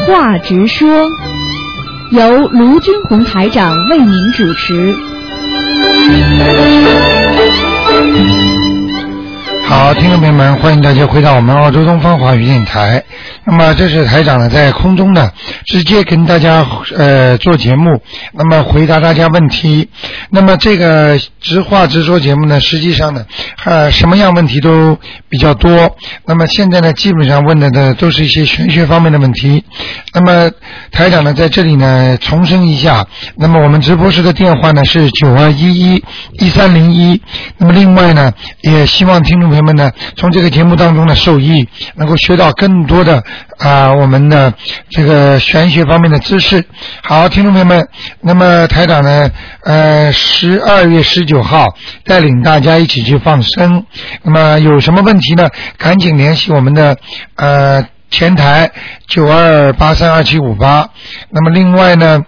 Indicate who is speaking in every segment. Speaker 1: 话直说，由卢军红台长为您主持。
Speaker 2: 好，听众朋友们，欢迎大家回到我们澳洲东方华语电台。那么这是台长呢在空中呢直接跟大家呃做节目，那么回答大家问题。那么这个直话直说节目呢，实际上呢呃什么样问题都比较多。那么现在呢，基本上问的呢都是一些玄学方面的问题。那么台长呢在这里呢重申一下，那么我们直播室的电话呢是九二一一一三零一。那么另外呢，也希望听众朋友们呢从这个节目当中呢受益，能够学到更多的啊、我们的这个玄学方面的知识。好，听众朋友们，那么台长呢，呃，十二月十九号带领大家一起去放生。那么有什么问题呢？赶紧联系我们的呃前台九二八三二七五八。那么另外呢，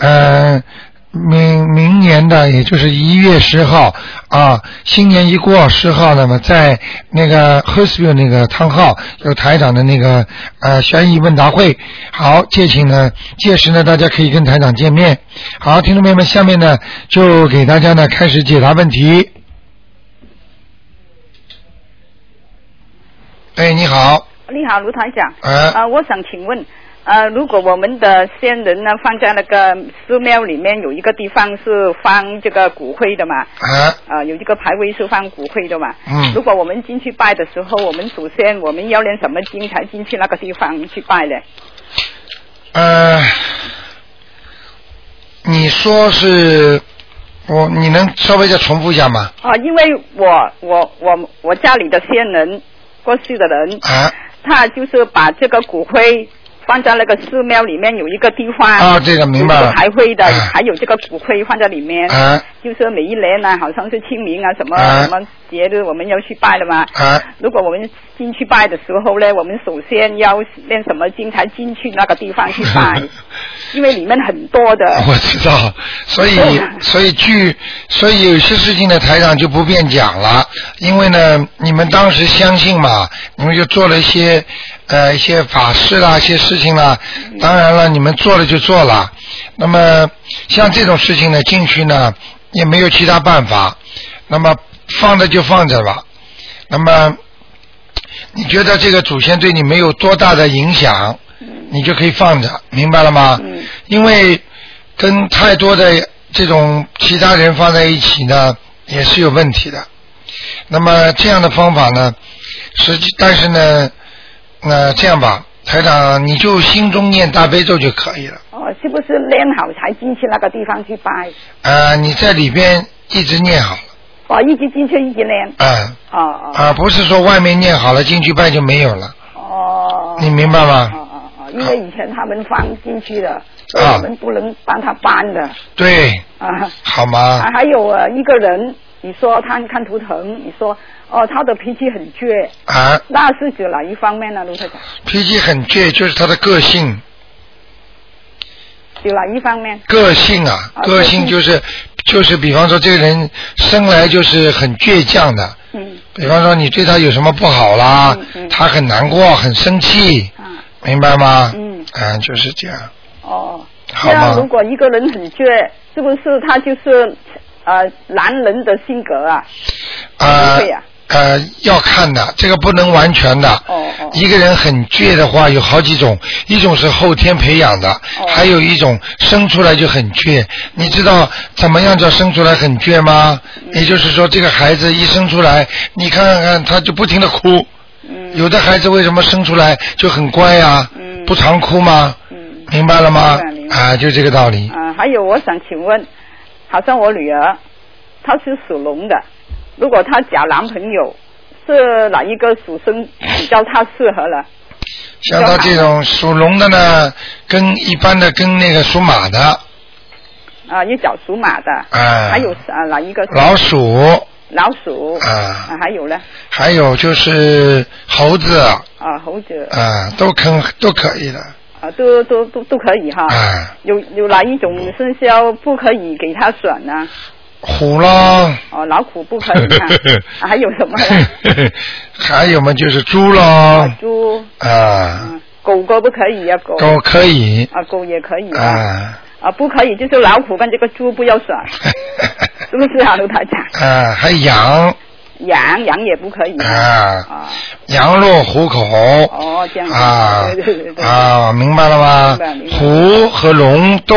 Speaker 2: 呃。明明年的，也就是一月十号啊，新年一过十号，那么在那个 h e r s v i l l e 那个汤号有台长的那个呃悬疑问答会。好，届请呢，届时呢，大家可以跟台长见面。好，听众朋友们，下面呢就给大家呢开始解答问题。哎，你好，
Speaker 3: 你好，卢台长。
Speaker 2: 哎
Speaker 3: 啊、我想请问，呃，如果我们的先人呢放在那个寺庙里面有一个地方是放这个骨灰的嘛，
Speaker 2: 哎，
Speaker 3: 呃，有一个牌位是放骨灰的嘛。
Speaker 2: 嗯
Speaker 3: 如果我们进去拜的时候，我们首先我们要念什么经才进去那个地方去拜呢？
Speaker 2: 呃，你说是，我你能稍微再重复一下吗？
Speaker 3: 啊，因为我我我我家里的先人过世的人，
Speaker 2: 啊
Speaker 3: 他就是把这个骨灰。放在那个寺庙里面有一个地方，
Speaker 2: 啊这个明白了
Speaker 3: 有这个牌位的，
Speaker 2: 啊
Speaker 3: 还有这个骨灰放在里面。
Speaker 2: 啊
Speaker 3: 就是每一年呢、好像是清明啊，什么、
Speaker 2: 啊
Speaker 3: 什么节日，我们要去拜的嘛。
Speaker 2: 啊，
Speaker 3: 如果我们进去拜的时候呢，我们首先要念什么经才进去那个地方去拜 因为里面很多的。
Speaker 2: 我知道，所以所以据所以有些事情呢，台长就不便讲了，因为呢，你们当时相信嘛，你们就做了一些呃一些法事啦，一些事情啦，当然了，你们做了就做了。那么像这种事情呢，进去呢也没有其他办法，那么放着就放着吧。那么你觉得这个祖先对你没有多大的影响，你就可以放着，明白了吗？
Speaker 3: 嗯
Speaker 2: 因为跟太多的这种其他人放在一起呢，也是有问题的。那么这样的方法呢，实际但是呢，那、这样吧，台长你就心中念大悲咒就可以了。
Speaker 3: 哦，是不是念好才进去那个地方去拜？
Speaker 2: 呃，你在里边一直念好了，
Speaker 3: 哦，一直进去一直念。
Speaker 2: 嗯、
Speaker 3: 哦哦
Speaker 2: 啊，不是说外面念好了进去拜就没有了，
Speaker 3: 哦。
Speaker 2: 你明白吗？
Speaker 3: 哦哦哦，因为以前他们放进去的，所以
Speaker 2: 啊
Speaker 3: 我们不能帮他搬的
Speaker 2: 对，
Speaker 3: 啊。
Speaker 2: 好吗
Speaker 3: 啊，？还有呃一个人，你说他看图腾，你说哦，他的脾气很倔，
Speaker 2: 啊，
Speaker 3: 那是指哪一方面呢，卢台长？
Speaker 2: 脾气很倔，就是他的个性，
Speaker 3: 指哪一方面？
Speaker 2: 个性啊，
Speaker 3: 啊
Speaker 2: 个性就是就是，比方说这个人生来就是很倔强的，
Speaker 3: 嗯
Speaker 2: 比方说你对他有什么不好啦
Speaker 3: 嗯，嗯
Speaker 2: 他很难过，很生气，
Speaker 3: 啊
Speaker 2: 明白吗？
Speaker 3: 嗯
Speaker 2: 啊，就是这样，
Speaker 3: 哦，
Speaker 2: 好
Speaker 3: 那如
Speaker 2: 吗？
Speaker 3: 果一个人很倔，是不是他就是呃男人的性格啊？
Speaker 2: 啊
Speaker 3: 对呀
Speaker 2: 呃，要看的，这个不能完全的。
Speaker 3: 哦哦
Speaker 2: 一个人很倔的话，有好几种，一种是后天培养的，
Speaker 3: 哦
Speaker 2: 还有一种生出来就很倔。你知道怎么样叫生出来很倔吗？
Speaker 3: 嗯
Speaker 2: 也就是说，这个孩子一生出来，你看看他就不停的哭。
Speaker 3: 嗯
Speaker 2: 有的孩子为什么生出来就很乖呀、
Speaker 3: 嗯
Speaker 2: 不常哭吗？
Speaker 3: 嗯
Speaker 2: 明白了吗
Speaker 3: 明白？明白
Speaker 2: 啊，就这个道理。
Speaker 3: 啊，还有我想请问，好像我女儿她是属龙的，如果她找男朋友是哪一个属生比较她适合了？
Speaker 2: 像他这种属龙的呢，跟一般的跟那个属马的，
Speaker 3: 啊，有找属马的，
Speaker 2: 啊
Speaker 3: 还有啊哪一 个属
Speaker 2: 老鼠，
Speaker 3: 老鼠
Speaker 2: 啊
Speaker 3: 还有呢
Speaker 2: 还有就是猴子
Speaker 3: 啊猴子
Speaker 2: 啊，都可都可以的
Speaker 3: 啊都都都都可以哈。
Speaker 2: 啊，
Speaker 3: 有有哪一种生肖不可以给他选呢？
Speaker 2: 虎咯，、
Speaker 3: 哦，老虎不可以哈 啊啊，还有什么呢？
Speaker 2: 还有嘛就是猪咯
Speaker 3: 猪，
Speaker 2: 啊
Speaker 3: 嗯，狗狗不可以啊，狗
Speaker 2: 哦狗可以
Speaker 3: 啊，狗也可以啊，
Speaker 2: 啊
Speaker 3: 啊不可以就是老虎跟这个猪不要耍，是不是啊，卢台长？
Speaker 2: 啊，还羊
Speaker 3: 羊羊也不可以
Speaker 2: 啊，
Speaker 3: 啊，
Speaker 2: 羊入虎口
Speaker 3: 哦这样子
Speaker 2: 啊
Speaker 3: 对对对对
Speaker 2: 啊，明白了吗
Speaker 3: 明白明？白
Speaker 2: 虎和龙斗，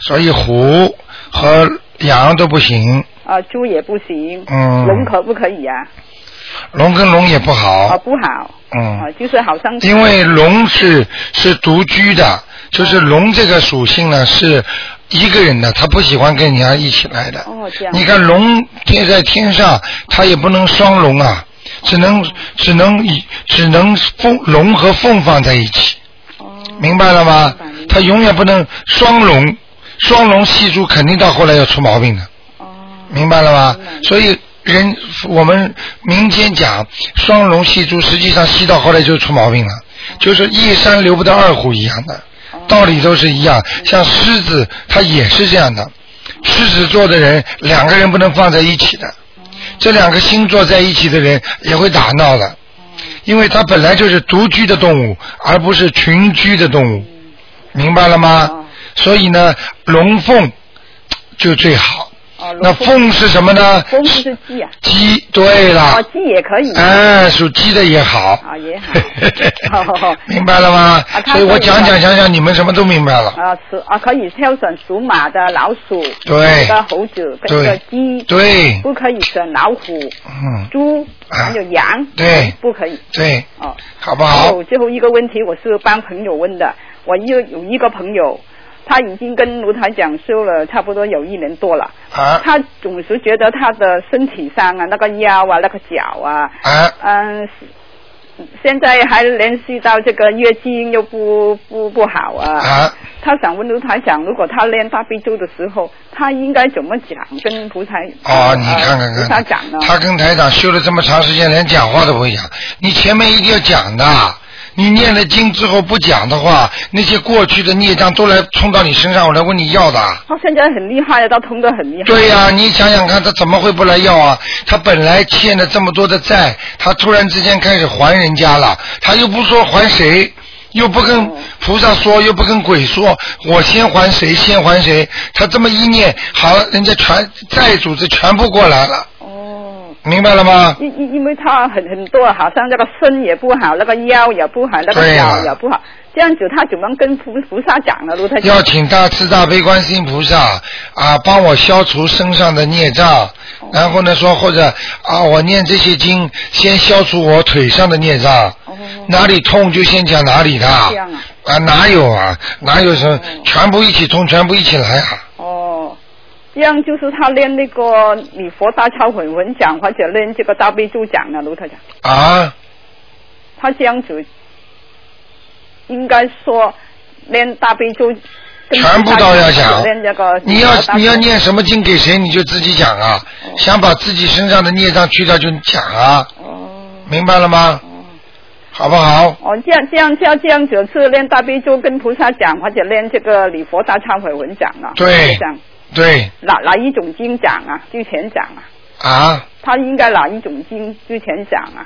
Speaker 2: 所以虎和羊都不行，
Speaker 3: 啊猪也不行，
Speaker 2: 嗯
Speaker 3: 龙可不可以啊？
Speaker 2: 龙跟龙也不
Speaker 3: 啊
Speaker 2: 好，
Speaker 3: 不好，
Speaker 2: 嗯
Speaker 3: 啊，就是好像
Speaker 2: 因为龙是是独居的，就是龙这个属性呢是一个人的，他不喜欢跟人家一起来的。
Speaker 3: 哦这样
Speaker 2: 你看龙贴在天上，它也不能双龙啊，只能只能以只能凤龙和凤放在一起，
Speaker 3: 哦
Speaker 2: 明白了吗
Speaker 3: 明白明？白
Speaker 2: 它永远不能双龙，双龙戏珠肯定到后来要出毛病的。
Speaker 3: 哦
Speaker 2: 明白了吗
Speaker 3: 明白？
Speaker 2: 所以人我们民间讲双龙戏珠，实际上戏到后来就出毛病了，就是一山留不得二虎一样的
Speaker 3: 哦，
Speaker 2: 道理都是一样。像狮子，它也是这样的，狮子座的人两个人不能放在一起的，这两个星座在一起的人也会打闹的，因为它本来就是独居的动物，而不是群居的动物，明白了吗
Speaker 3: 哦？
Speaker 2: 所以呢，龙凤就最好。
Speaker 3: 哦龙
Speaker 2: 那凤是啊什么呢？
Speaker 3: 风就是鸡啊，
Speaker 2: 鸡，对
Speaker 3: 哦
Speaker 2: 了，
Speaker 3: 鸡也可以
Speaker 2: 哎，属鸡的也好，
Speaker 3: 啊也 好哦
Speaker 2: 明白了吗
Speaker 3: 啊？他
Speaker 2: 所以我讲
Speaker 3: 说
Speaker 2: 讲
Speaker 3: 的
Speaker 2: 讲讲，你们什么都明白了。
Speaker 3: 啊，属啊可以挑选属马的、老鼠、
Speaker 2: 对
Speaker 3: 的猴子跟这个
Speaker 2: 对
Speaker 3: 鸡，
Speaker 2: 对，
Speaker 3: 不可以选老虎、
Speaker 2: 嗯，
Speaker 3: 猪，
Speaker 2: 啊
Speaker 3: 还有羊，
Speaker 2: 对
Speaker 3: 不可以
Speaker 2: 对，
Speaker 3: 哦。
Speaker 2: 好不
Speaker 3: 还
Speaker 2: 好？
Speaker 3: 有最后一个问题，我是帮朋友问的。我有有一个朋友，他已经跟卢台长修了差不多有一年多了，
Speaker 2: 啊
Speaker 3: 他总是觉得他的身体上啊，那个腰啊，那个脚啊，
Speaker 2: 啊，
Speaker 3: 嗯，现在还联系到这个月经又不不不好啊。
Speaker 2: 啊
Speaker 3: 他想问卢台长，如果他练大悲咒的时候，他应该怎么讲跟菩萨？
Speaker 2: 哦，
Speaker 3: 呃
Speaker 2: 你看看
Speaker 3: 菩萨
Speaker 2: 看
Speaker 3: 讲啊呢？，
Speaker 2: 他跟台长修了这么长时间，连讲话都不会讲。你前面一定要讲的，你念了经之后不讲的话，那些过去的孽障都来冲到你身上，我来问你要的。
Speaker 3: 他现在很厉害的，啊他通得很厉害。
Speaker 2: 对呀、你想想看，他怎么会不来要啊？他本来欠了这么多的债，他突然之间开始还人家了，他又不说还谁，又不跟菩萨说，又不跟鬼说，我先还谁，先还谁。他这么一念，好，人家全债主子全部过来了，
Speaker 3: 哦。
Speaker 2: 明白了吗？
Speaker 3: 因因因为他很很多，好像那个身也不好，那个腰也不好，那个
Speaker 2: 对啊呀
Speaker 3: 脚也不好，这样子他怎么跟菩菩萨讲啊呢？卢台长
Speaker 2: 要请大慈大悲观世音菩萨啊，帮我消除身上的孽障。然后呢，说或者啊，我念这些经，先消除我腿上的孽障。
Speaker 3: 哦
Speaker 2: 哪里痛就先讲哪里的。
Speaker 3: 这样啊嗯
Speaker 2: 啊，哪有啊？哪有什么？全部一起痛，全部一起来啊！
Speaker 3: 哦，这样就是他练那个礼佛大忏悔文讲，或者练这个大悲咒讲呢，卢台长。嗯
Speaker 2: 啊，
Speaker 3: 他这样子，应该说练大悲咒，跟
Speaker 2: 全部都要讲
Speaker 3: 练这个。
Speaker 2: 你要
Speaker 3: 大悲
Speaker 2: 你要念什么经给谁，你就自己讲啊。
Speaker 3: 嗯
Speaker 2: 想把自己身上的孽障去掉，就讲啊，
Speaker 3: 哦
Speaker 2: 明白了吗？好不好？
Speaker 3: 哦，这样这样这样这样子是练大悲咒跟菩萨讲，或者练这个礼佛大忏悔文讲啊。
Speaker 2: 对
Speaker 3: 这样
Speaker 2: 对
Speaker 3: 哪哪一种经讲啊？之前讲啊，
Speaker 2: 啊，
Speaker 3: 他应该哪一种经之前讲啊？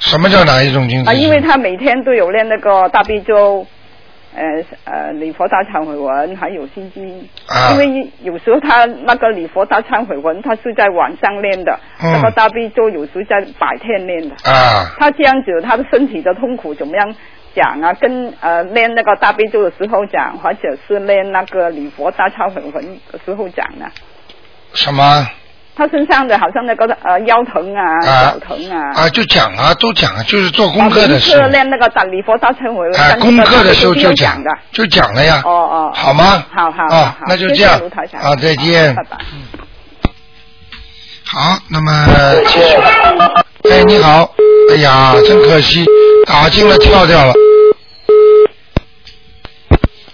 Speaker 2: 什么叫哪一种经？
Speaker 3: 啊，因为他每天都有练那个大悲咒，呃呃礼佛大忏悔文，还有心经。
Speaker 2: 啊
Speaker 3: 因为有时候他那个礼佛大忏悔文，他是在晚上练的，
Speaker 2: 嗯
Speaker 3: 那个大悲咒有时在白天练的。
Speaker 2: 啊。
Speaker 3: 他这样子，他的身体的痛苦怎么样讲啊？跟呃练那个大悲咒的时候讲，或者是练那个礼佛大忏悔文的时候讲啊。
Speaker 2: 什么
Speaker 3: 他身上的好像那个呃腰疼啊、
Speaker 2: 啊
Speaker 3: 脚疼啊。
Speaker 2: 啊？就讲啊，都讲啊，就是做功课的
Speaker 3: 每一
Speaker 2: 时
Speaker 3: 次
Speaker 2: 候，
Speaker 3: 练那个大礼佛大忏悔文，
Speaker 2: 啊，
Speaker 3: 但是
Speaker 2: 功课的时候
Speaker 3: 这个
Speaker 2: 就
Speaker 3: 是要
Speaker 2: 讲
Speaker 3: 的。，
Speaker 2: 就讲了呀。
Speaker 3: 哦哦，
Speaker 2: 好吗？
Speaker 3: 好好好
Speaker 2: 啊
Speaker 3: 好，
Speaker 2: 那就这
Speaker 3: 谢谢
Speaker 2: 样
Speaker 3: 卢台长
Speaker 2: 啊，再见
Speaker 3: 好。拜拜。
Speaker 2: 好，那么继续。哎，你好，哎呀，真可惜，打进了跳掉了。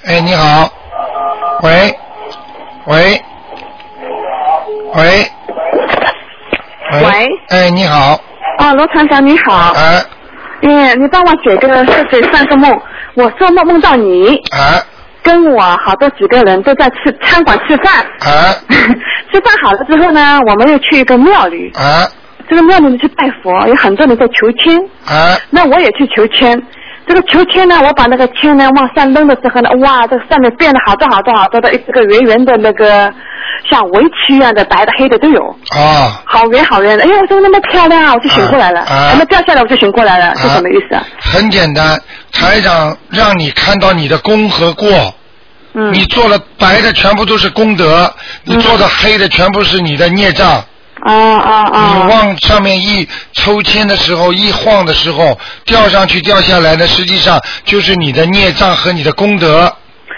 Speaker 2: 哎，你好，喂，喂，喂，
Speaker 4: 喂，
Speaker 2: 哎，你好，
Speaker 4: 啊，罗团长你好，
Speaker 2: 哎
Speaker 4: 哎，你帮我解个是这三个梦。我做梦梦到你
Speaker 2: 哎
Speaker 4: 跟我好多几个人都在吃餐馆吃饭，
Speaker 2: 哎
Speaker 4: 吃饭好了之后呢，我们又去一个庙里，
Speaker 2: 哎
Speaker 4: 这个庙里面去拜佛，有很多人在求签，
Speaker 2: 哎
Speaker 4: 那我也去求签。这个秋千呢，我把那个签呢往下扔的时候呢，哇，这个上面变了好多好多好多的，这个圆圆的那个像围棋一样的，白的黑的都有，
Speaker 2: 啊，
Speaker 4: 好圆好圆的。哎呦，怎么那么漂亮啊？我就寻过来了，
Speaker 2: 啊啊
Speaker 4: 怎么掉下来我就寻过来了，是
Speaker 2: 啊
Speaker 4: 什么意思啊？
Speaker 2: 很简单，台长让你看到你的功和过，
Speaker 4: 嗯，
Speaker 2: 你做了白的全部都是功德，你做的黑的全部是你的孽障。
Speaker 4: 啊啊
Speaker 2: 你
Speaker 4: 啊！
Speaker 2: 往上面一抽签的时候，一晃的时候，掉上去掉下来呢，实际上就是你的孽障和你的功德。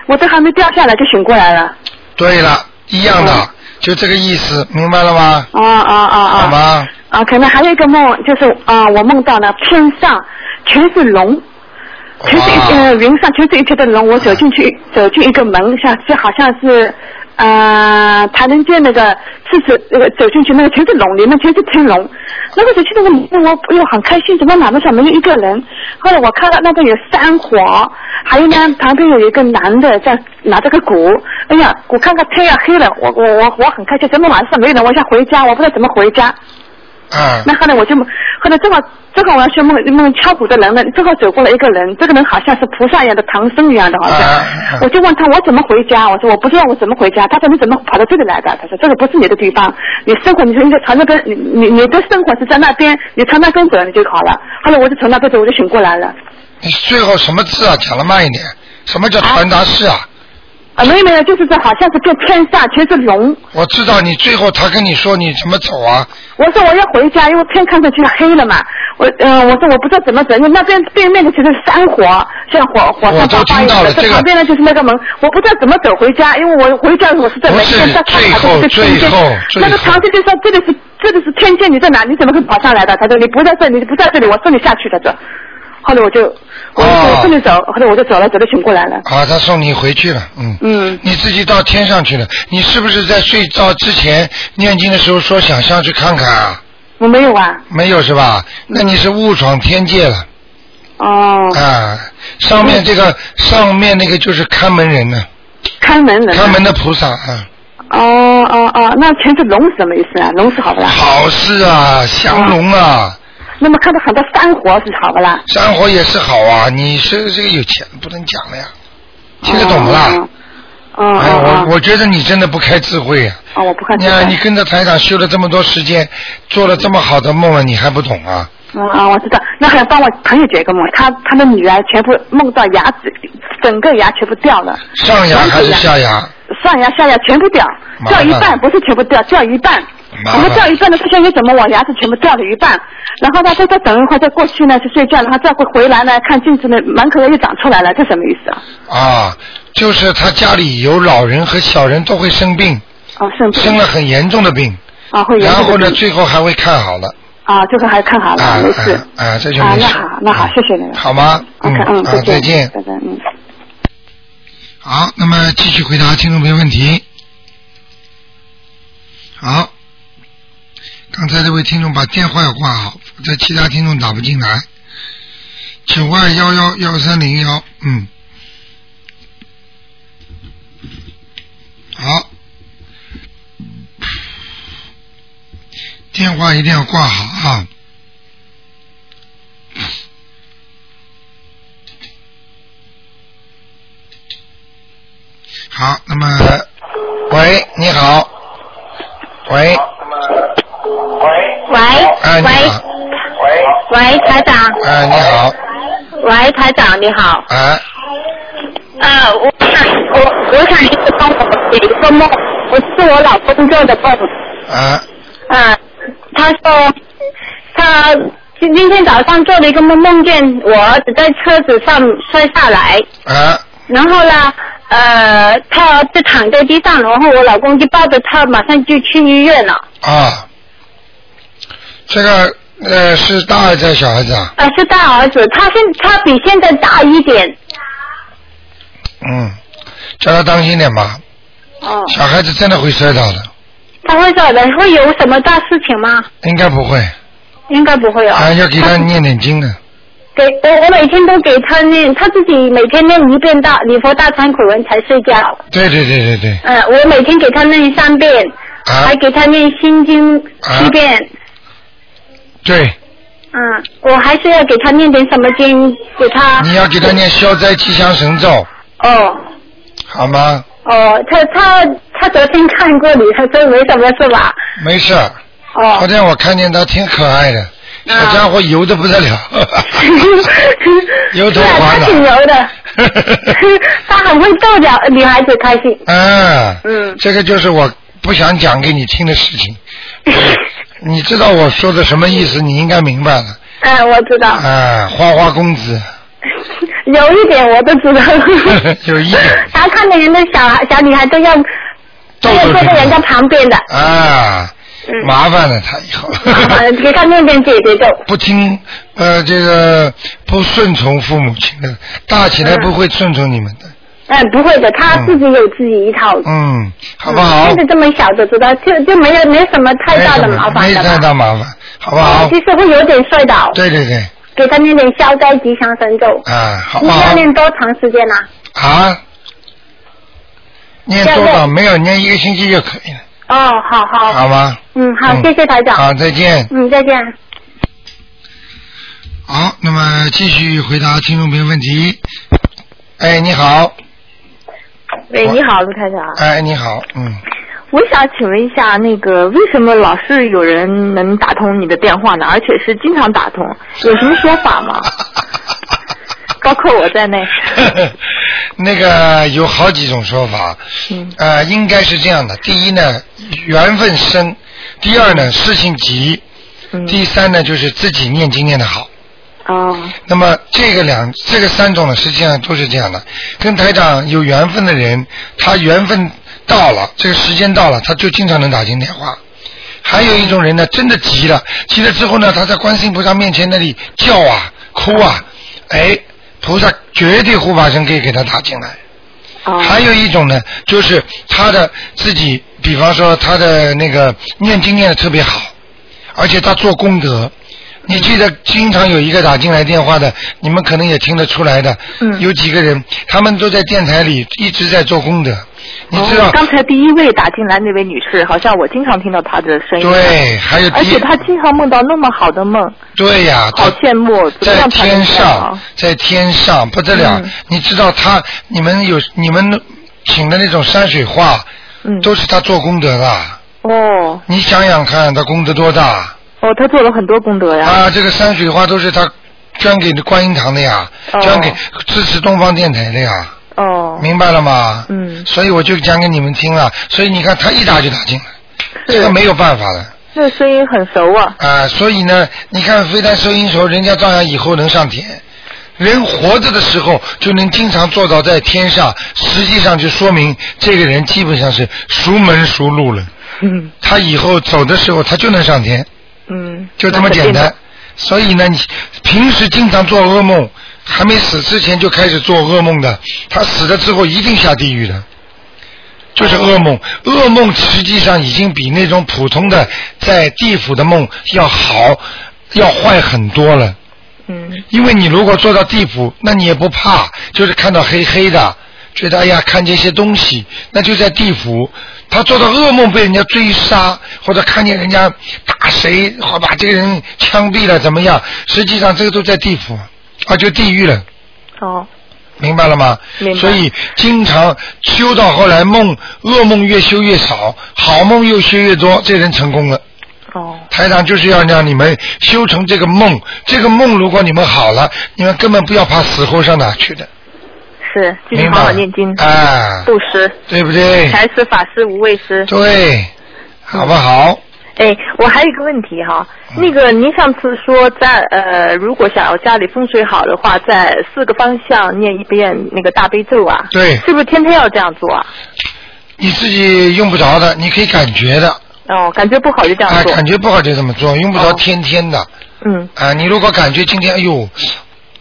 Speaker 4: 我都还没掉下来就寻过来了。
Speaker 2: 对了，一样
Speaker 4: 嗯
Speaker 2: 的，就这个意思，明白了吗？
Speaker 4: 啊啊啊啊！
Speaker 2: 好吗？
Speaker 4: 啊，可能还有一个梦，就是啊、我梦到呢天上全是龙，全是一
Speaker 2: 哇
Speaker 4: 呃云上全是一片的龙，我走进去走进一个门，像就好像是呃唐人街那个狮子那个走进去那个全是龙，里面全是天龙。那个走进那个门，我又很开心，怎么马路上没有一个人？后来我看到那边有山火，还有呢旁边有一个男的在拿着个鼓，哎呀，我看看天要黑了，我我我我很开心，怎么晚上没有人？我想回家，我不知道怎么回家。
Speaker 2: 啊、
Speaker 4: 那后来我就梦后来正好正好我要去梦梦敲鼓的人呢，正好走过来一个人，这个人好像是菩萨一样的唐僧一样的，好像。
Speaker 2: 啊啊
Speaker 4: 我就问他我怎么回家，我说我不知道我怎么回家。他说你怎么跑到这里来的？他说这个不是你的地方，你生活你就应该朝那边，你你你的生活是在那边，你朝那边走你就好了。后来我就从那边走，我就醒过来了。
Speaker 2: 你最后什么字啊？讲的慢一点。什么叫传达室啊？
Speaker 4: 啊，没有没有，就是这好像是变天上全是龙。
Speaker 2: 我知道你最后他跟你说你怎么走啊？
Speaker 4: 我说我要回家，因为天看上去黑了嘛。我嗯、呃，我说我不知道怎么走，因为那边对面的就是山火，像火火
Speaker 2: 我
Speaker 4: 山
Speaker 2: 都
Speaker 4: 爆发
Speaker 2: 听
Speaker 4: 一
Speaker 2: 到
Speaker 4: 样
Speaker 2: 了
Speaker 4: 的。
Speaker 2: 这个
Speaker 4: 旁边呢就是那个门，我不知道怎么走回家，因为我回家我是在
Speaker 2: 不
Speaker 4: 每
Speaker 2: 是
Speaker 4: 天在看
Speaker 2: 最
Speaker 4: 他
Speaker 2: 后
Speaker 4: 的这个
Speaker 2: 最
Speaker 4: 天线
Speaker 2: 后最
Speaker 4: 那个
Speaker 2: 后
Speaker 4: 唐僧就说这里是这里是天界，你在哪？你怎么会跑上来的？他说你不在这，你不在这里，我送你下去的这。后来我就我就说
Speaker 2: 哦
Speaker 4: 我送你走，后来我就走了，走了醒过来了。
Speaker 2: 啊，他送你回去了，嗯。
Speaker 4: 嗯，
Speaker 2: 你自己到天上去了，你是不是在睡觉之前念经的时候说想上去看看啊？
Speaker 4: 我没有啊。
Speaker 2: 没有是吧？那你是误闯天界了
Speaker 4: 哦，
Speaker 2: 啊！上面这个上面那个就是看门人呢、
Speaker 4: 看门人啊。
Speaker 2: 看门的菩萨啊，
Speaker 4: 哦哦哦，那全是龙是什么意思啊？龙是好不啦？
Speaker 2: 好事啊，降龙啊，
Speaker 4: 那么看到很多山火是好不啦？
Speaker 2: 山火也是好啊。你是这个有钱不能讲了呀，听得懂不啦？
Speaker 4: 嗯嗯
Speaker 2: 哎，我
Speaker 4: 嗯。
Speaker 2: 我觉得你真的不开智慧啊！
Speaker 4: 啊，我不看
Speaker 2: 你
Speaker 4: 这个
Speaker 2: 看，你跟着台长修了这么多时间，做了这么好的梦了，你还不懂啊？
Speaker 4: 嗯啊，我知道。那还帮我朋友解个梦，他他的女儿全部梦到牙齿，整个牙全部掉了，
Speaker 2: 上牙还是下牙？
Speaker 4: 上牙下牙全部掉，
Speaker 2: 麻
Speaker 4: 掉
Speaker 2: 烦
Speaker 4: 一半不是全部掉，掉一半。
Speaker 2: 麻
Speaker 4: 我
Speaker 2: 烦
Speaker 4: 们掉一半呢，不晓得怎么我牙齿全部掉了一半，然后呢，再再等一会儿再过去呢去睡觉，然后再回回来呢看镜子呢，满口又长出来了，这什么意思啊？
Speaker 2: 啊，就是他家里有老人和小人都会生病，
Speaker 4: 啊，生病
Speaker 2: 生了很严重的病，
Speaker 4: 啊会严
Speaker 2: 然
Speaker 4: 重的
Speaker 2: 后呢，
Speaker 4: 病
Speaker 2: 最后还会看好了。
Speaker 4: 啊，这个还看好了，
Speaker 2: 啊
Speaker 4: 没事。
Speaker 2: 啊啊，这就
Speaker 4: 啊
Speaker 2: 没
Speaker 4: 那
Speaker 2: 事。
Speaker 4: 好那好
Speaker 2: 嗯
Speaker 4: 谢谢您
Speaker 2: 好吗？
Speaker 4: OK，嗯，
Speaker 2: 啊，再见。
Speaker 4: 拜拜，嗯。
Speaker 2: 好，那么继续回答听众朋友问题。好，刚才这位听众把电话也挂好，否则其他听众打不进来。九二幺幺幺三零幺，嗯，好，电话一定要挂好啊。好，那么，喂，你好，喂，
Speaker 5: 喂
Speaker 2: 哎，你
Speaker 5: 喂
Speaker 2: 好，
Speaker 5: 喂，台长，
Speaker 2: 哎，你好，
Speaker 5: 喂，台长，你好。
Speaker 2: 哎，
Speaker 5: 呃，我想我我想一直帮我解一个梦，我是我老公做的梦。
Speaker 2: 哎，
Speaker 5: 呃，他说他今今天早上做了一个梦，梦见我儿子在车子上摔下来，
Speaker 2: 哎，
Speaker 5: 然后呢，呃，他儿子躺在地上，然后我老公就抱着他，马上就去医院了。
Speaker 2: 啊，这个呃是大孩子还是小孩子啊？
Speaker 5: 呃，是大儿子，他现他比现在大一点。
Speaker 2: 嗯，叫他当心点吧，
Speaker 5: 哦，
Speaker 2: 小孩子真的会摔倒的，
Speaker 5: 他会说人会有什么大事情吗？
Speaker 2: 应该不会，
Speaker 5: 应该不会哦。
Speaker 2: 啊，要给他念点经的，
Speaker 5: 给我我每天都给他念，他自己每天念一遍大礼佛大忏悔文才睡觉。
Speaker 2: 对对对对对，
Speaker 5: 嗯、我每天给他念三遍，
Speaker 2: 啊
Speaker 5: 还，给他念心经
Speaker 2: 啊
Speaker 5: 七遍。
Speaker 2: 对，
Speaker 5: 啊、嗯，我还是要给他念点什么经，给他。
Speaker 2: 你要给他念消灾吉祥神咒，
Speaker 5: 哦
Speaker 2: 好吗？
Speaker 5: 哦，他他他昨天看过你，他说没什么是吧？
Speaker 2: 没事儿，
Speaker 5: 哦
Speaker 2: 昨。天我看见他挺可爱的，
Speaker 5: 啊
Speaker 2: 小家伙油的不得了， 油头
Speaker 5: 是啊
Speaker 2: 滑
Speaker 5: 他挺
Speaker 2: 脑。
Speaker 5: 柔的， 他很会逗着女孩子开心。
Speaker 2: 嗯，
Speaker 5: 嗯
Speaker 2: 这个就是我不想讲给你听的事情。你知道我说的什么意思？你应该明白了。
Speaker 5: 哎，我知道，
Speaker 2: 啊，花花公子，。
Speaker 5: 有一点我都知道
Speaker 2: 有一点。
Speaker 5: 他看的人的小孩小女孩都要
Speaker 2: 逗
Speaker 5: 都
Speaker 2: 逗
Speaker 5: 要坐
Speaker 2: 这
Speaker 5: 在
Speaker 2: 个
Speaker 5: 人家旁边 的，
Speaker 2: 啊，
Speaker 5: 嗯
Speaker 2: 麻烦了他以 后。
Speaker 5: 呃给他念点姐姐咒。
Speaker 2: 不听呃这个不顺从父母亲的，大起来不会顺从你们的，
Speaker 5: 哎，不会的，他自己有自己一套。
Speaker 2: 嗯，好不好？
Speaker 5: 现在这么小就知道，就就没有没什么太大的麻
Speaker 2: 没
Speaker 5: 烦
Speaker 2: 什么没
Speaker 5: 的吧。哦
Speaker 2: 太大麻烦，好不好
Speaker 5: 其？实会有点摔倒，
Speaker 2: 对对对，
Speaker 5: 给他念点消灾吉祥神咒。
Speaker 2: 啊，好不
Speaker 5: 你
Speaker 2: 好
Speaker 5: 要？念多长时间呢、
Speaker 2: 啊，念
Speaker 5: 要
Speaker 2: 多
Speaker 5: 练
Speaker 2: 少？没有，念一个星期就可以了，
Speaker 5: 哦，好好，
Speaker 2: 好吗？
Speaker 5: 嗯，好，
Speaker 2: 嗯
Speaker 5: 谢谢台长，
Speaker 2: 好，再见。
Speaker 5: 嗯，再见。
Speaker 2: 好，那么继续回答听众朋友问题。哎，你好，
Speaker 6: 喂，你好，卢台长。
Speaker 2: 哎，你好，嗯，
Speaker 6: 我想请问一下，那个为什么老是有人能打通你的电话呢？而且是经常打通，有什么说法 吗？包括我在内。
Speaker 2: 那个有好几种说法，
Speaker 6: 嗯
Speaker 2: 呃，应该是这样的：第一呢，缘分深；第二呢，事情急；
Speaker 6: 嗯。
Speaker 2: 第三呢，就是自己念经念得好。
Speaker 6: 哦
Speaker 2: 那么这个两这个三种呢，实际上都是这样的。跟台长有缘分的人，他缘分到了，这个时间到了，他就经常能打进电话。还有一种人呢，真的急了，急了之后呢，他在观世音菩萨面前那里叫啊、哭啊，哎，菩萨绝对护法神可以给他打进来。
Speaker 6: 哦。
Speaker 2: 还有一种呢，就是他的自己，比方说他的那个念经念的特别好，而且他做功德。你记得经常有一个打进来电话的，你们可能也听得出来的，
Speaker 6: 嗯
Speaker 2: 有几个人他们都在电台里一直在做功德，你知道？
Speaker 6: 哦刚才第一位打进来那位女士，好像我经常听到她的声音。。
Speaker 2: 对，还有
Speaker 6: 而
Speaker 2: 第
Speaker 6: 且她经常梦到那么好的梦，
Speaker 2: 对呀、他
Speaker 6: 好羡慕，怎么
Speaker 2: 在
Speaker 6: 样才
Speaker 2: 天
Speaker 6: 能这样
Speaker 2: 上
Speaker 6: 啊？，
Speaker 2: 在天上不得了！
Speaker 6: 嗯
Speaker 2: 你知道他，你们有你们请的那种山水画，
Speaker 6: 嗯。
Speaker 2: 都是他做功德的。
Speaker 6: 哦
Speaker 2: 你想想看，他功德多大
Speaker 6: 哦，她做了很多功德呀。
Speaker 2: 啊！这个山水画都是他捐给观音堂的呀，
Speaker 6: 哦
Speaker 2: 捐给支持东方电台的呀，
Speaker 6: 哦。
Speaker 2: 明白了吗？
Speaker 6: 嗯
Speaker 2: 所以我就讲给你们听了，所以你看他一打就打进来，这
Speaker 6: 是
Speaker 2: 个。没有办法的
Speaker 6: 这个声音很熟啊。
Speaker 2: 啊、所以呢，你看非但收音时候，人家照样以后能上天。人活着的时候就能经常做到在天上，实际上就说明这个人基本上是熟门熟路了。
Speaker 6: 嗯
Speaker 2: 他以后走的时候，他就能上天。
Speaker 6: 嗯。
Speaker 2: 就这么简
Speaker 6: 那肯定
Speaker 2: 单
Speaker 6: 的。。
Speaker 2: 所以呢，你平时经常做噩梦，还没死之前就开始做噩梦的，他死了之后一定下地狱的，就是
Speaker 6: 哎
Speaker 2: 噩梦。噩梦实际上已经比那种普通的在地府的梦要好，要坏很多了。
Speaker 6: 嗯
Speaker 2: 因为你如果做到地府，那你也不怕，就是看到黑黑的，觉得哎呀看见一些东西，那就在地府。他做到噩梦被人家追杀，或者看见人家打谁，或把这个人枪毙了怎么样？实际上这个都在地府啊，就地狱了。
Speaker 6: 哦
Speaker 2: 明白了吗？
Speaker 6: 明白
Speaker 2: 所以经常修到后来梦，噩梦越修越少，好梦又修越多，这人成功了。
Speaker 6: 哦
Speaker 2: 台长就是要让你们修成这个梦，这个梦如果你们好了，你们根本不要怕死后上哪去的，
Speaker 6: 是，继续
Speaker 2: 明
Speaker 6: 好
Speaker 2: 白
Speaker 6: 好
Speaker 2: 吗？
Speaker 6: 念经，
Speaker 2: 啊，哎
Speaker 6: 布施，
Speaker 2: 对不对？
Speaker 6: 财施法施无畏施。
Speaker 2: 对，好不好？
Speaker 6: 哎，我还有一个问题哈，
Speaker 2: 嗯
Speaker 6: 那个您上次说在呃，如果想要家里风水好的话，在四个方向念一遍那个大悲咒啊，
Speaker 2: 对
Speaker 6: 是不是天天要这样做啊？
Speaker 2: 你自己用不着的，你可以感觉的，
Speaker 6: 哦，感觉不好就这
Speaker 2: 啊，
Speaker 6: 样做，
Speaker 2: 感觉不好就这么做，用不着
Speaker 6: 哦
Speaker 2: 天天的，
Speaker 6: 嗯，
Speaker 2: 啊，你如果感觉今天哎呦。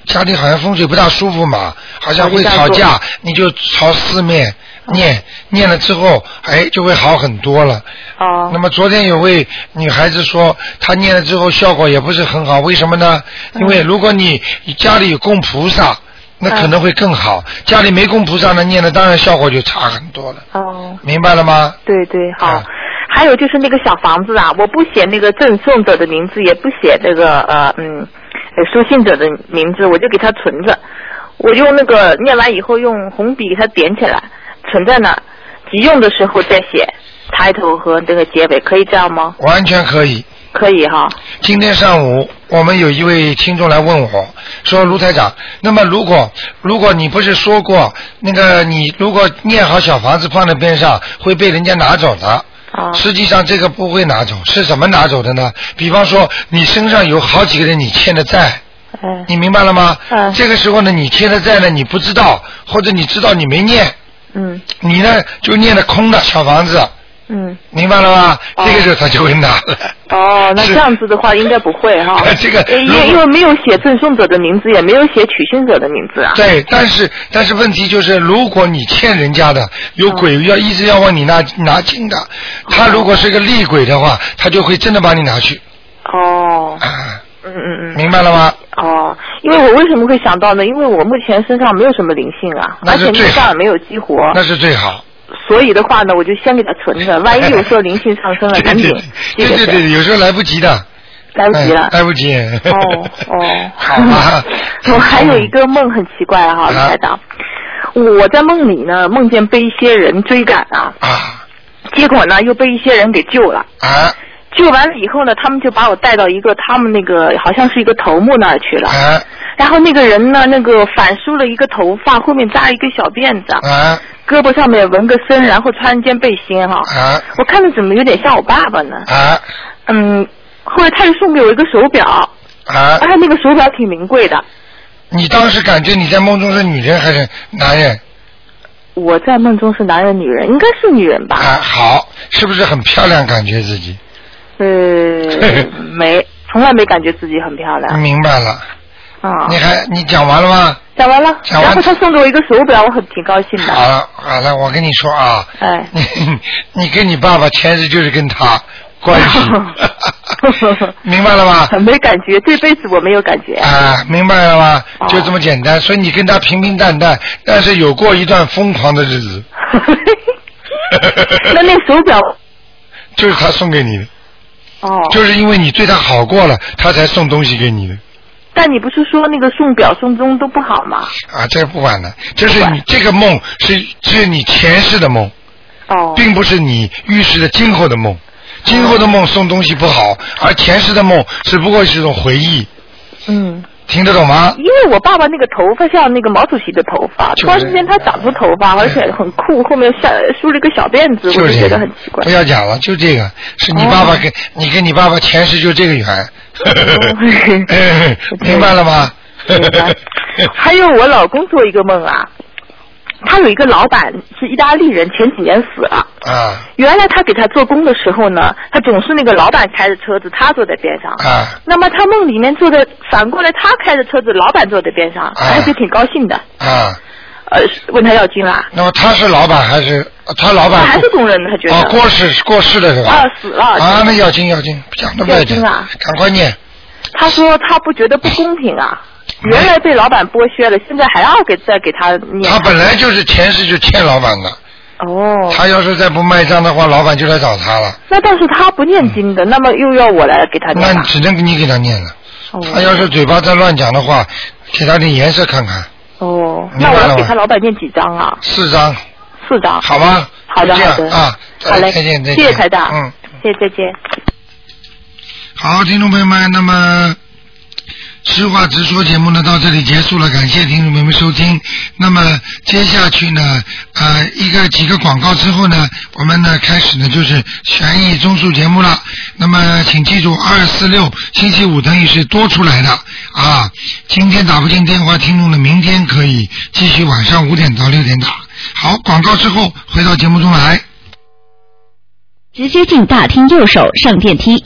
Speaker 2: 家里好像风水不大舒服嘛，好像会吵
Speaker 6: 我就这
Speaker 2: 架，你就朝四面念，念了之后，哎，就会好很多了。那
Speaker 6: 哦，
Speaker 2: 么昨天有位女孩子说，她念了之后效果也不是很好，为什么呢？因为如果你家里有供菩萨，那可能会更好；家里没供菩萨呢，念的当然效果就差很多了，
Speaker 6: 哦，
Speaker 2: 明白了吗？
Speaker 6: 对对，好。
Speaker 2: 啊
Speaker 6: 还有就是那个小房子啊，我不写那个赠送者的名字，也不写那个呃嗯呃书信者的名字，我就给他存着。我用那个念完以后用红笔给它点起来，存在那儿，急用的时候再写抬头和这个结尾，可以这样吗？
Speaker 2: 完全可以。
Speaker 6: 可以哈。
Speaker 2: 今天上午，我们有一位听众来问我，说卢台长，那么如果如果你不是说过那个你如果念好小房子放在边上会被人家拿走的，
Speaker 6: 啊
Speaker 2: 实际上这个不会拿走，是怎么拿走的呢？比方说你身上有好几个人你欠的债，
Speaker 6: 嗯
Speaker 2: 你明白了吗？
Speaker 6: 嗯
Speaker 2: 这个时候呢，你欠的债呢你不知道，或者你知道你没念，
Speaker 6: 嗯
Speaker 2: 你呢就念的空的小房子，
Speaker 6: 嗯。
Speaker 2: 明白了吗？
Speaker 6: 哦
Speaker 2: 这个时候他就会 拿了。
Speaker 6: 哦，那
Speaker 2: 是。
Speaker 6: 这样子的话应该不会 哈呃
Speaker 2: 这个
Speaker 6: 因
Speaker 2: 如果
Speaker 6: 为因为没有写赠送者的名字，也没有写取信者的名字啊。
Speaker 2: 对，但是但是问题就是，如果你欠人家的，有鬼要一直要往你那拿金的，他如果是个厉鬼的话，他就会真的把你拿去，
Speaker 6: 哦，
Speaker 2: 啊，
Speaker 6: 嗯嗯嗯。
Speaker 2: 明白了吗？
Speaker 6: 哦，因为我为什么会想到呢？因为我目前身上没有什么灵性啊，
Speaker 2: 那
Speaker 6: 而
Speaker 2: 是
Speaker 6: 且
Speaker 2: 最好
Speaker 6: 身上也没有激活，
Speaker 2: 那是最好。
Speaker 6: 所以的话呢，我就先给它存 着，万一有时候灵性上升了，
Speaker 2: 对
Speaker 6: 赶紧
Speaker 2: 对
Speaker 6: 寄
Speaker 2: 对
Speaker 6: 给
Speaker 2: 对
Speaker 6: 谁，
Speaker 2: 对，有时候来不及的，
Speaker 6: 来不及了
Speaker 2: 哎。来不及。，
Speaker 6: 哦哦。
Speaker 2: 好啊吧
Speaker 6: 我还有一个梦很奇怪哈、
Speaker 2: 啊
Speaker 6: 啊，卢台长，我在梦里呢，梦见被一些人追赶啊，
Speaker 2: 啊
Speaker 6: 结果呢又被一些人给救了。
Speaker 2: 啊
Speaker 6: 救完了以后呢，他们就把我带到一个他们那个好像是一个头目那儿去了。
Speaker 2: 啊
Speaker 6: 然后那个人呢，那个反梳了一个头发，后面扎一个小辫子，
Speaker 2: 啊
Speaker 6: 胳膊上面纹个身，然后穿一件背心哈、
Speaker 2: 啊
Speaker 6: 我看着怎么有点像我爸爸呢？
Speaker 2: 啊
Speaker 6: 嗯，后来他又送给我一个手表，
Speaker 2: 啊！
Speaker 6: 哎，那个手表挺名贵的。
Speaker 2: 你当时感觉你在梦中是女人还是男人？
Speaker 6: 我在梦中是男人女人，应该是女人吧？
Speaker 2: 啊，好，是不是很漂亮？感觉自己，
Speaker 6: 呃，没，从来没感觉自己很漂亮
Speaker 2: 明白了。
Speaker 6: 啊
Speaker 2: 嗯你。还你讲完了吗？
Speaker 6: 讲完了，
Speaker 2: 讲完
Speaker 6: 然后他送给我一个手表，我很挺高兴
Speaker 2: 好
Speaker 6: 的。
Speaker 2: 了好了，我跟你说啊，
Speaker 6: 哎，
Speaker 2: 你你跟你爸爸前世就是跟他关 系， 明白了吗？
Speaker 6: 没感觉，这辈子我没有感觉。
Speaker 2: 啊，明白了吗？
Speaker 6: 哦
Speaker 2: 就这么简单，所以你跟他平平淡淡，但是有过一段疯狂的日子，
Speaker 6: 那那手表
Speaker 2: 就是他送给你的，
Speaker 6: 哦，
Speaker 2: 就是因为你对他好过了，他才送东西给你的。
Speaker 6: 但你不是说那个送表送钟都不好吗？
Speaker 2: 啊，这不管了，这是
Speaker 6: 不管
Speaker 2: 你这个梦是是你前世的梦，
Speaker 6: 哦，
Speaker 2: 并不是你预示的今后的梦。今后的梦送东西不好，而前世的梦只不过是一种回忆，
Speaker 6: 嗯，
Speaker 2: 听得懂吗？
Speaker 6: 因为我爸爸那个头发像那个毛主席的头发，
Speaker 2: 就是
Speaker 6: 突然之间他长出头发，而且很酷，后面下梳了一个小辫子，我
Speaker 2: 就
Speaker 6: 就是觉
Speaker 2: 这
Speaker 6: 得
Speaker 2: 个
Speaker 6: 很奇 怪，
Speaker 2: 不。要讲了，就这个是你
Speaker 6: 哦
Speaker 2: 爸爸跟、你跟你爸爸前世就这个缘， 明白了吗？
Speaker 6: 哦明白还有我老公做一个梦啊，他有一个老板是意大利人，前几年死了。
Speaker 2: 啊
Speaker 6: 原来他给他做工的时候呢，他总是那个老板开着车子，他坐在边上。
Speaker 2: 啊
Speaker 6: 那么他梦里面坐在，反过来他开着车子，老板坐在边上，他就挺高兴的。
Speaker 2: 啊！
Speaker 6: 呃，问他要金啦，
Speaker 2: 那么他是老板还是他老
Speaker 6: 他
Speaker 2: 板？
Speaker 6: 还是工人，他觉
Speaker 2: 啊，
Speaker 6: 得
Speaker 2: 过世过世了是吧？
Speaker 6: 啊死了。
Speaker 2: 啊，那要紧要紧，讲都不要紧，
Speaker 6: 要紧啊
Speaker 2: 赶快念。
Speaker 6: 他说他不觉得不公平啊，
Speaker 2: 哎
Speaker 6: 原来被老板剥削了，现在还要给再给他念
Speaker 2: 他。本来就是前世就欠老板的，
Speaker 6: 啊哦，
Speaker 2: 他要是再不卖账的话，老板就来找他了，
Speaker 6: 那但是他不念经
Speaker 2: 嗯
Speaker 6: 的，那么又要我来给他念
Speaker 2: 那
Speaker 6: 吧？
Speaker 2: 只能你给他念了。
Speaker 6: 哦
Speaker 2: 他要是嘴巴再乱讲的话，给他点颜色看看。
Speaker 6: 哦，
Speaker 2: 明白
Speaker 6: 那
Speaker 2: 了
Speaker 6: 我
Speaker 2: 吗
Speaker 6: 要给他老板念几张啊？
Speaker 2: 四张，
Speaker 6: 四张。
Speaker 2: 好吗？
Speaker 6: 好的
Speaker 2: 就这
Speaker 6: 好
Speaker 2: 样
Speaker 6: 的
Speaker 2: 啊，再
Speaker 6: 好嘞，
Speaker 2: 再见，再见，
Speaker 6: 谢谢台长，
Speaker 2: 嗯，，
Speaker 6: 谢谢，再见。
Speaker 2: 好，听众朋友们，那么。实话直说节目呢到这里结束了，感谢听众朋友们收听。那么接下去呢，呃，一个几个广告之后呢，我们呢开始呢就是悬疑综述节目了。那么请记住，二四六星期五等于是多出来的啊。今天打不进电话，听众呢明天可以继续晚上五点到六点打。好，广告之后回到节目中来。
Speaker 1: 直接进大厅右手上电梯，